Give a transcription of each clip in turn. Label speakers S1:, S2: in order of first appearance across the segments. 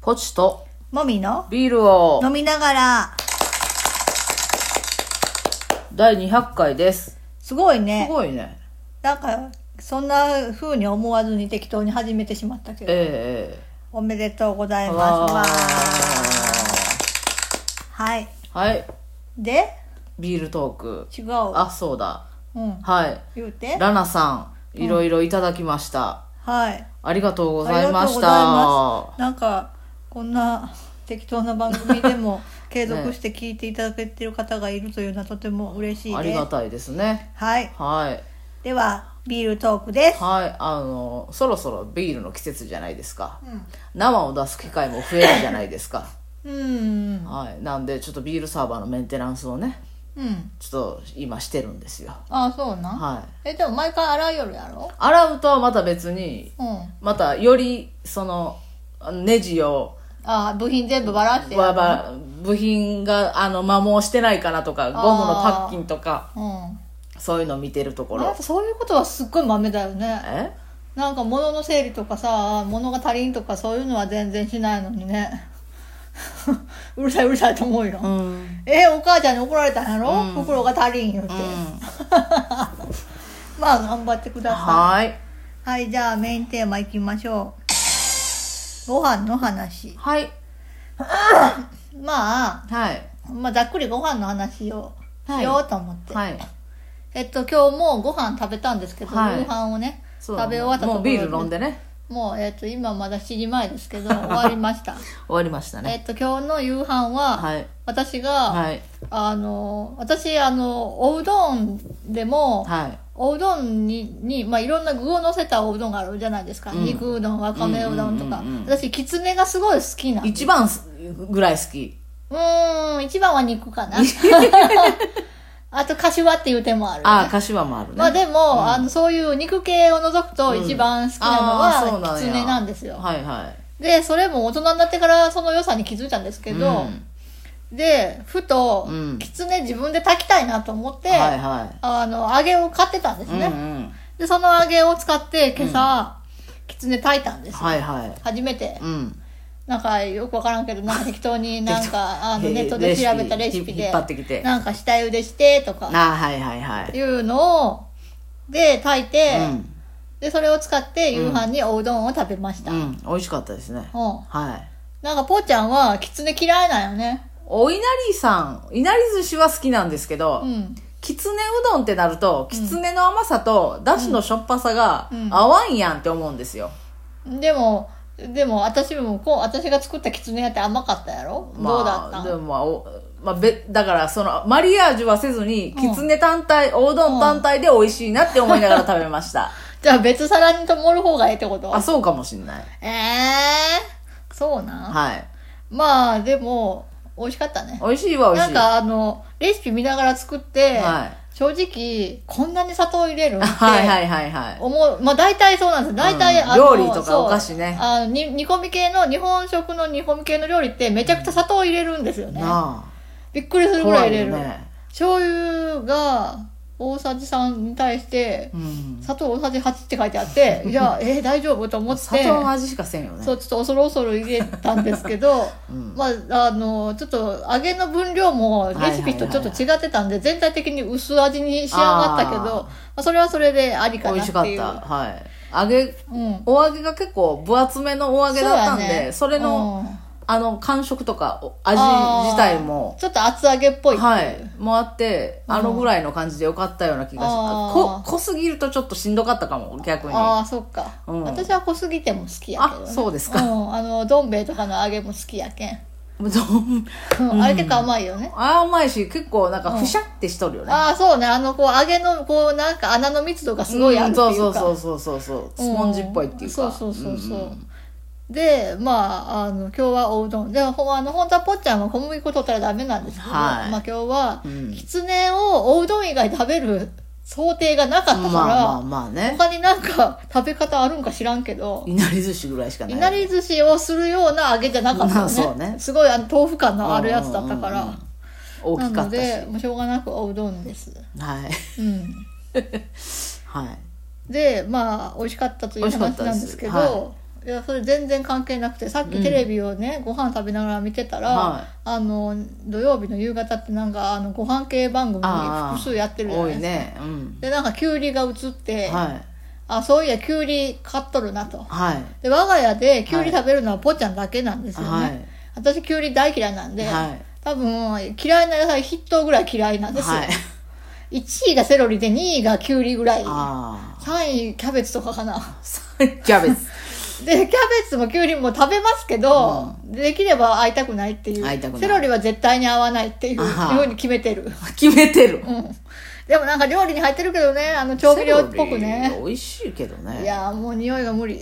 S1: ポチと
S2: もみの
S1: ビールを
S2: 飲みながら
S1: 第200回です。
S2: すごい
S1: す
S2: ね
S1: ごいね。
S2: なんかそんな風に思わずに適当に始めてしまったけど
S1: え
S2: おめでとうござ
S1: えええ
S2: い
S1: わ
S2: ますはい
S1: ーはい。
S2: で
S1: ビールトーク。
S2: 違う
S1: あ、そうだ。
S2: うん
S1: はい。
S2: 言うて
S1: ラナさん、いろいろいただきました。
S2: はい
S1: ありがとうございました。
S2: ありがとうございますなんかこんな 適当な番組で も継続して聞いていただけてる方がいるというのはとても嬉しい
S1: あり
S2: で
S1: が
S2: す
S1: たいですね。
S2: はい
S1: はい。
S2: ではビールトークです
S1: はい。あの、そろそろビールの季節じゃないですか。
S2: うん
S1: 生を出す機会も増えるじゃないですか。
S2: うん
S1: はい。なんで、ちょっとビールサーバーのメンテナンスをね、
S2: うん
S1: ちょっと今してるんですよ。
S2: あそうなん
S1: はい。
S2: えでも毎回洗いよるやろ
S1: 洗うとはまた別に
S2: うん
S1: またよりそのネジを
S2: あ部品全部ばらしてや
S1: わ
S2: るの
S1: ば部品があの摩耗してないかなとかゴムのパッキンとか
S2: うん
S1: そういうの見てるとこ
S2: あな
S1: ろ
S2: たそういうことはすっごい豆だよね
S1: え
S2: なんか物の整理とかさ物が足りんとかそういうのは全然しないのにね うるさいうるさいと思うよ、
S1: うん、うん、
S2: えお母ちゃんに怒られたんやろ、
S1: うん
S2: 袋が足りん言うて、 まあ頑張ってくださ
S1: はい
S2: いはいじゃあメインテーマいきましょうご飯の話
S1: はい
S2: まあ、
S1: はい
S2: まあ、ざっくりご飯の話をしようと思って、
S1: はい
S2: えっと今日もうご飯食べたんですけど、
S1: はい
S2: 夕飯をね
S1: そ
S2: 食
S1: う
S2: べ終わったところ
S1: もうビール飲んでね
S2: もう、えっと今まだ7時前で すけど終わりました
S1: 終わりました
S2: え
S1: ね
S2: っと今日の夕飯は、
S1: はい
S2: 私が、
S1: はい
S2: あの私あのおうどんでも、
S1: はい
S2: おうどんにに、まあ、いろんな具を乗せたおうどんがあるじゃないですか、
S1: うん
S2: 肉うどんわかめうどんとか、
S1: うんうんうんうん
S2: 私きつねがすごい好きなの
S1: 一番すぐらい好き
S2: うーん一番は肉か な あと柏っていう手もある、
S1: ああ柏もあるね、
S2: まあでも、あのそういう肉系を除くと
S1: うん
S2: 一番好きな
S1: あーそう
S2: の
S1: な
S2: は
S1: ん
S2: き
S1: や
S2: つねなんですよ、
S1: はいはい
S2: でそれも大人になってからその良さに気づいたんですけど、でふと、
S1: うん
S2: きつね自分で炊きたいなと思って、
S1: うん、はいはい
S2: あの揚げを買ってたんですね、
S1: うんうん、
S2: でその揚げを使って今朝、きつね炊いたんですよ、
S1: はいはい
S2: 初めて
S1: うん
S2: なんかよくわからんけどなんか適当になんかあの
S1: へ
S2: ネットで調べたレシ
S1: ひ
S2: ピ
S1: 引
S2: で
S1: っ張ってきてあ
S2: なんか下茹でしてとか
S1: あはいはいはい
S2: いうのをで炊いて、
S1: うん
S2: でそれを使って夕飯におうどんを食べました、
S1: う
S2: うん
S1: ん美味しかったですねはい
S2: なんかぽーちゃんはきつね嫌いなんよね
S1: お稲荷さん稲荷寿司は好きなんですけど、
S2: うん
S1: きつねうどんってなるときつねの甘さとだしのしょっぱさが
S2: うん
S1: 合わんやんって思うんですよ、
S2: でもでも私もこう私が作ったきつねやって甘かったやろ、
S1: まあ
S2: どうだったん
S1: でもまあおまあ、べだからそのマリアージュはせずにきつね単体、おうどん単体で美味しいなって思いながら食べました、
S2: じゃあ別皿にともる方がええってこと
S1: あそうかもしんない
S2: えー、そうなん、
S1: はい
S2: まあでも美味しかったね
S1: 美味しいは美味
S2: な
S1: し
S2: ん
S1: い
S2: かあのレシピ見ながら作って、
S1: はい
S2: 正直こんなに砂糖入れるんって
S1: はいはいはいはい
S2: 思うまあ大体そうなんですよ大体、
S1: うん
S2: あ
S1: 料
S2: の
S1: 理とか
S2: そう
S1: お菓子ね
S2: あのに煮込み系の日本食の煮込み系の料理ってめちゃくちゃ砂糖入れるんですよね
S1: な
S2: びっくりす
S1: あ
S2: るぐらい入れる、
S1: 怖よね
S2: 醤油が大さじ3に対して
S1: うん
S2: 砂糖大さじ8って書いて あっていやえー大丈夫と思って
S1: 砂糖の味しかせんよね
S2: そうちょっと恐る恐る入れたんですけど、
S1: うん
S2: まああのちょっと揚げの分量もレシピとちょっと違ってたんで、全体的に薄味に仕上がったけど
S1: あー
S2: まあ、それはそれでありか
S1: 美味
S2: なって
S1: しかっ
S2: いう
S1: たはい揚げ
S2: うん、
S1: お揚げが結構分厚めのお揚げだったんで
S2: う
S1: そ,、
S2: やね
S1: れの、
S2: うん
S1: あの感触とかお味
S2: あー
S1: 自体も
S2: ちょっと厚揚げっぽいっていう
S1: はいもあってあのぐらいの感じでよかったような気がし
S2: あ
S1: た
S2: ー
S1: こ濃すぎるとちょっとしんどかったかも逆に
S2: ああそっか、
S1: うん
S2: 私は濃すぎても好きやけど、ね、
S1: あそうですか
S2: うん、あのどん兵衛とかの揚げも好きやけん、
S1: どん
S2: うんあれ結構甘いよね、
S1: あーうまいし結構なんかふしゃってしとるよね、
S2: ああそうねあのこう揚げのこうなんか穴の密度がすごいあるっていうか、
S1: んそうそうそうそうそうそうスポンジっぽいっていうか、
S2: んそうそうそうそう、
S1: んん
S2: でまああの今日はおうどんでほあの本当はぽっちゃんは小麦粉取ったらダメなんですけど、
S1: はい
S2: まあ、今日は、
S1: うん
S2: きつねをおうどん以外食べる想定がなかったから、
S1: まあまあまあね
S2: 他になんか食べ方あるんか知らんけど
S1: いなり寿司ぐらいしかない
S2: いなり寿司をするような揚げじゃなかった
S1: まあ
S2: の
S1: そう
S2: ね
S1: ね
S2: すごいあの豆腐感のあるやつだっ
S1: うん
S2: たか
S1: うん
S2: ら
S1: うんうん大き
S2: な
S1: か
S2: の
S1: ったし
S2: でもうしょうがなくおうどんです
S1: はい
S2: うん
S1: はい
S2: でまあ美味しかったという
S1: 美味しかっ
S2: 話
S1: た
S2: な
S1: です
S2: んですけど
S1: は
S2: いやそれ全然関係なくてさっきテレビをね、ご飯食べながら見てたら、
S1: はい
S2: あの土曜日の夕方ってなんかあのご飯系番組
S1: ああ
S2: 複数やってるじゃな
S1: 多
S2: いです
S1: い
S2: か、
S1: ねうん
S2: でなんかキュウリが映って、
S1: はい
S2: あそういやキュウリ買っとるなと
S1: はい
S2: で我が家でキュウリ食べるのはぽっちゃんだけなんですよね、
S1: はい
S2: 私キュウリ大嫌いなんで、
S1: はい
S2: 多分嫌いな野菜筆頭ぐらい嫌いなんですよ、
S1: はい
S2: 1位がセロリで2位がキュウリぐらい3
S1: あ
S2: 位キャベツとかかな
S1: あキャベツ
S2: でキャベツもきゅうりも食べますけど、できれば会いたくないっていう
S1: 会いたくない
S2: セロリは絶対に合わないっていう
S1: あは
S2: ふうに決めてる、
S1: 決めてる
S2: うん、でもなんか料理に入ってるけどねあの調味料っぽ
S1: セ
S2: く
S1: ロ
S2: ね
S1: リ美味しいけどね
S2: いやーもう匂いが無理、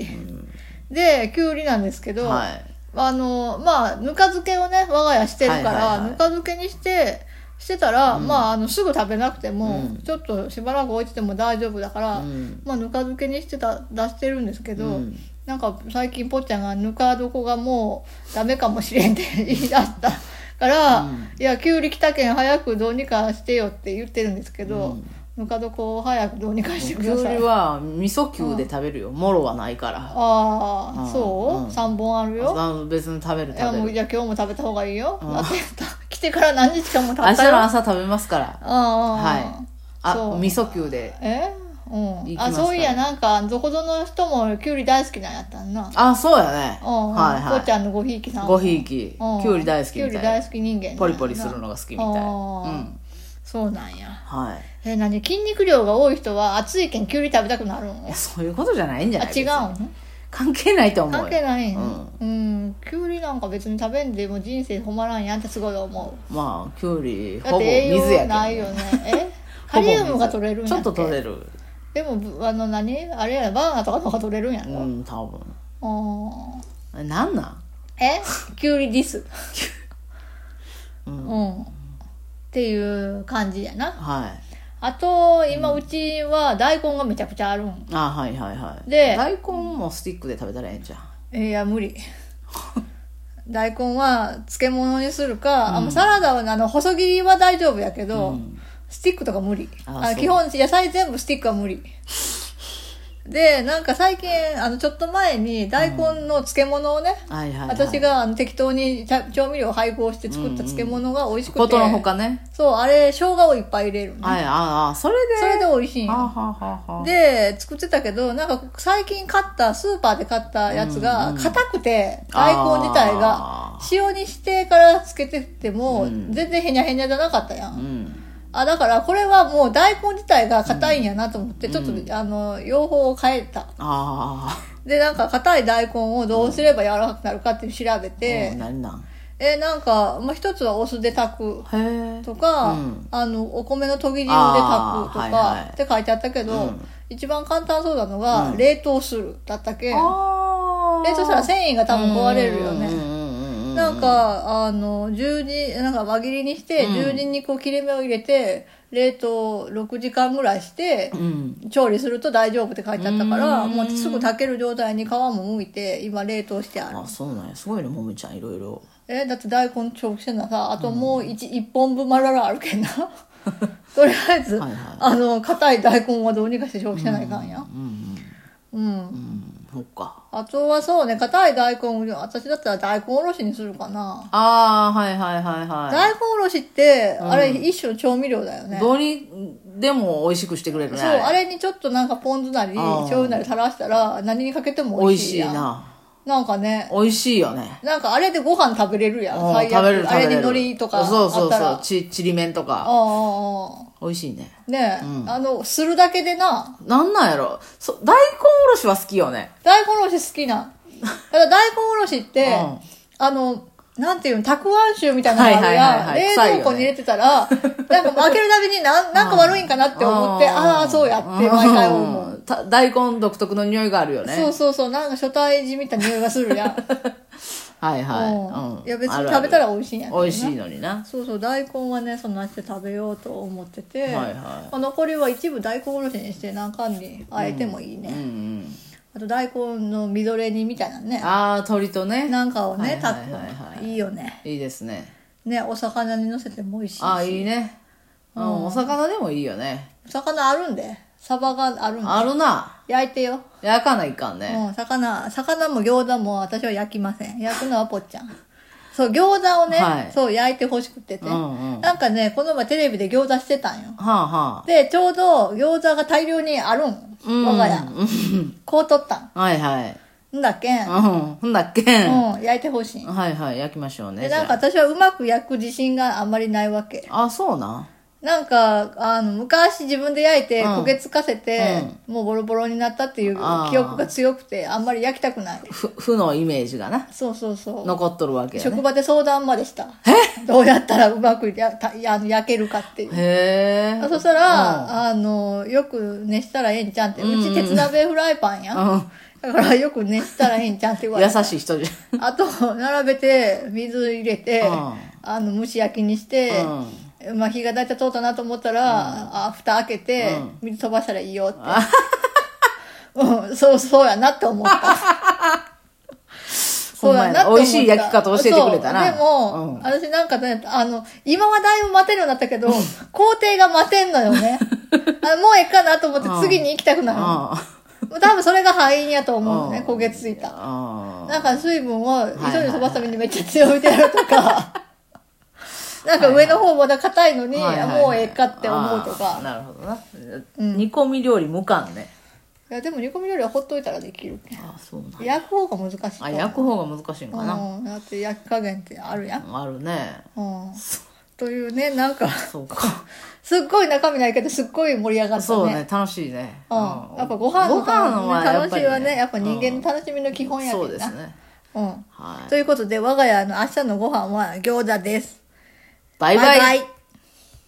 S2: できゅうりなんですけど、
S1: はい
S2: あのまあぬか漬けをね我が家してるから、
S1: はいはいはい
S2: ぬか漬けにしてしてたら、まああのすぐ食べなくても、
S1: うん
S2: ちょっとしばらく置いてても大丈夫だから、
S1: うん
S2: まあ、ぬか漬けにしてた出してるんですけど、
S1: うん
S2: なんか最近ぽっちゃんがぬか床がもうダメかもしれんって 言い出したから、
S1: うん
S2: いやきゅうり来たけん早くどうにかしてよって言ってるんですけど、
S1: うん
S2: ぬか床を早くどうにかし
S1: き
S2: てく
S1: ゅ
S2: だ
S1: う
S2: さい
S1: り。は味噌きゅうで食べるよもろはないから
S2: ああ、
S1: うん
S2: そう、
S1: うん
S2: 三本あるよ
S1: あの別に食べる
S2: いや
S1: 食
S2: もう
S1: べ
S2: い
S1: る
S2: や今日も食べた方がいいよ、
S1: うん
S2: だって た来てから何日間も経
S1: 明
S2: っ
S1: 日
S2: たよ
S1: の朝食べますから
S2: うんうんうん
S1: はい
S2: そ
S1: あ
S2: う
S1: 味噌きゅうで
S2: え
S1: 行き
S2: うん
S1: ま
S2: あ
S1: すから
S2: そういやなんかどこぞの人もきゅうり大好きなんやったんな
S1: あそうやね
S2: うんうん
S1: はい
S2: こうち
S1: は
S2: ゃんのごひいきさ
S1: い
S2: んも
S1: ごひいき
S2: うん
S1: きゅうり大好き
S2: きゅう
S1: み
S2: り
S1: た
S2: 大
S1: い
S2: 好き人間なんやな
S1: ポリポリするのが好きみたい
S2: うん
S1: うん
S2: そうなんや
S1: はい
S2: え何筋肉量が多い人は暑いけんきゅうり食べたくなる
S1: い
S2: の
S1: やそういうことじゃないんじゃ
S2: あ
S1: ない
S2: 違う
S1: 別に
S2: の
S1: 関係ないと思うよ
S2: 関係ないんうんきゅうりなんか別に食べんでも人生ほまらんやんってすごい思う
S1: まあきゅうり
S2: だ
S1: ほぼ
S2: って
S1: 水
S2: 栄
S1: やけ
S2: 養
S1: ど
S2: ないよねえ カリウムが取れるん
S1: ち
S2: や
S1: ょっと取れ
S2: る
S1: る
S2: でもぶあの何あれやバーナーとかの方が取れるんや
S1: う
S2: ろ、
S1: ん多分
S2: あ
S1: えなんなん
S2: ーえキュウリディス
S1: う
S2: うんんっていう感じやな
S1: はい
S2: あと今うちは大根がめちゃくちゃあるん
S1: あはいはいはい
S2: で
S1: 大根もスティックで食べたらええんじゃん
S2: いや無理大根は漬物にするか、あもうサラダはあの細切りは大丈夫やけど、
S1: うん
S2: スティックとか無理
S1: あ
S2: あの
S1: そう
S2: 基本野菜全部スティックは無理でなんか最近あのちょっと前に大根の漬物をね、
S1: はいはい、はい、
S2: 私があの適当にた調味料を配合して作った漬物が美味しくて、
S1: ことのほかね
S2: そうあれ生姜をいっぱい入れるのね、
S1: はいああそれで
S2: それで美味しいん
S1: はあ
S2: よ
S1: はあはあ
S2: で作ってたけどなんか最近買ったスーパーで買ったやつ
S1: う
S2: が
S1: んうん
S2: 硬くて、大根自体が
S1: あ
S2: 塩にしてからつけてっても、
S1: うん
S2: 全然へにゃへにゃじゃなかったやん、
S1: うん
S2: あだからこれはもう大根自体が硬いんやなと思って、ちょっと、あの用法を変えた
S1: あ
S2: でなんか硬い大根をどうすれば柔らかくなるかっていうのを調べ
S1: あ
S2: て、
S1: うんなんなん
S2: えなんか、まあ、一つはお酢で炊く
S1: へえ
S2: とか、
S1: うん
S2: あのお米の研ぎ汁で炊くと
S1: あーはい
S2: か
S1: はい
S2: って書いてあったけど、
S1: うん
S2: 一番簡単そうなのが、
S1: うん
S2: 冷凍するだったけ冷
S1: ああ
S2: 凍したら繊維が多分壊れるよ
S1: うんう
S2: ね
S1: んうんうんうん
S2: なんかあの十字なんか輪切りにして、
S1: うん
S2: 十字にこう切れ目を入れて冷凍6時間ぐらいして
S1: う、ん
S2: 調理すると大丈夫って書いてあったから
S1: うん
S2: もうすぐ炊ける状態に皮も剥いて今冷凍してある
S1: あそうなんやすごいねもみちゃんいろいろ
S2: えだって大根長期戦ださあともう 1,、一本分まだらあるけ んなとりあえず
S1: はいはい
S2: あの硬い大根はどうにかして長期戦ないかんや
S1: うんうん
S2: うん、
S1: うんそっか
S2: あとはそうね硬い大根私だったら大根おろしにするかな、
S1: ああはいはいはいは
S2: 大根おろしって、あれ一種の調味料だよ
S1: い
S2: ね
S1: どうにでも美味しくしてくれるね
S2: そうあれにちょっとなんかポン酢なり
S1: ん
S2: 醤油なり垂らしたら何にかけて
S1: 美
S2: も美
S1: 味
S2: 味し
S1: し
S2: い
S1: い
S2: やん
S1: な
S2: なんかね
S1: 美味しいよね
S2: なんかあれでご飯食べれるやん
S1: うん
S2: 最悪
S1: 食べれる食
S2: あ
S1: べれ
S2: れ
S1: る
S2: に海苔とかあったら
S1: そうそうそうちちりめんと
S2: ああ
S1: か
S2: ああああ
S1: 美味しいね
S2: ねえ、あの、するだけでな、
S1: なんなんやろそ大根おろしは好きよね
S2: 大根おろし好きなん。ただ大根おろしって、
S1: うん
S2: あの、なんていうの、たくあん臭みたいなのがある
S1: はいはいはいはい
S2: やん冷蔵庫に入れてたら、なんか開けるたびに なんなんか悪いんかなって思って、
S1: うん
S2: ああー、そうやって毎回思う。
S1: うんた大根独特の匂いがあるよね
S2: そうそうそう、なんか初対地みたいな匂いがするやん。
S1: はいはい、
S2: う
S1: うんん、
S2: いや、別
S1: ある
S2: に
S1: ある
S2: 食べたら美味しいんやけどな
S1: 美味しいのにな
S2: そうそう大根はねそんなして食べようと思ってて、
S1: はいはい
S2: まあ残りは一部大根おろしにして何缶にあえてもいいね、
S1: うんうん
S2: あと大根のみぞれ煮みたいなね
S1: ああ鶏とね
S2: なんかをね
S1: はい
S2: 炊
S1: はいはいはい
S2: くのいいよね
S1: いいですね
S2: ねお魚にのせても美味しいし
S1: ああいいね、うんお魚でもいいよね
S2: お魚あるんでサバがあるんで
S1: あるな
S2: 焼いてよ、
S1: 焼かないかんね。
S2: うん、魚魚も餃子も私は焼きません焼くのはぽっちゃんそう餃子をね、
S1: はい
S2: そう焼いてほしくてて、
S1: うんうん
S2: なんかねこの前テレビで餃子してたんよ
S1: はあはあ。
S2: でちょうど餃子が大量にあるん
S1: うん。
S2: 我が家
S1: うん
S2: こう取った
S1: はいはい。
S2: んんだけん、
S1: うん。ほんだっけん。
S2: うん、焼いてほしい
S1: はいはい、焼きましょうね。
S2: で
S1: じゃあ
S2: なんか私はうまく焼く自信があんまりないわけ
S1: あ、そうな。
S2: なんかあの昔自分で焼いて
S1: うん
S2: 焦げつかせて、もうボロボロになったっていう
S1: あー
S2: 記憶が強くてあんまり焼きたくない
S1: ふ、負のイメージがな。
S2: そうそうそう
S1: 残っとるわけや
S2: 職
S1: ね。
S2: 場で相談までしたどうやったらうまくやたや焼けるかっていう
S1: へえ。
S2: そしたら、あのよく熱したらええんちゃんって、うち鉄鍋フライパンや、
S1: う
S2: だからよく熱したらええんちゃんって言わ
S1: ん。
S2: れ
S1: 優
S2: て
S1: しい人じ
S2: あと並べて水入れて、
S1: うん
S2: あの蒸し焼きにして、まあ、火が大体通ったなと思ったら、あ蓋開けて、水飛ばしたらいいよって、うん、そうそうやなって思った
S1: ほんまやな
S2: って思った
S1: 美味しい焼き方教えてくれたな
S2: そうで
S1: う
S2: も、
S1: ん
S2: 私なんかね、あの、今はだいぶ待てるようになったけど、工程が待てんのよ ね。あもうええかなと思って
S1: うん
S2: 次に行きたくな
S1: ゃ
S2: る。
S1: ん。うん。
S2: 多分それが敗因やと思うね、
S1: うん
S2: 焦げついた。
S1: あ
S2: なんか水分を急い
S1: はい
S2: で飛ばすためにめっちゃ強いでやるとか、 なんか上の方まだ硬いのに、
S1: ーはいはいはい
S2: もうええかって思うと
S1: あー
S2: か。
S1: なるほどな、煮込み料理無感ね
S2: いや、でも煮込み料理はほっといたらできるけん。
S1: あそうなん
S2: 焼く方が難しいと思う。
S1: あ焼く方が難しいんかな、
S2: うん。だって焼き加減ってあるやん。
S1: あるね
S2: うん。というね、なんか。
S1: そうか
S2: すっごい中身ないけどすっごい盛り上がったね
S1: そうね楽しいね、
S2: うん、やっぱご飯の
S1: ご飯はやっ
S2: 楽
S1: ぱり
S2: しい
S1: ね
S2: はねやっぱ人間の楽しみの基本やけ
S1: そ
S2: ど
S1: う
S2: な、
S1: ですね
S2: うん
S1: はい
S2: ということで我が家の明日のご飯は餃子です
S1: バイバイ
S2: バイバイ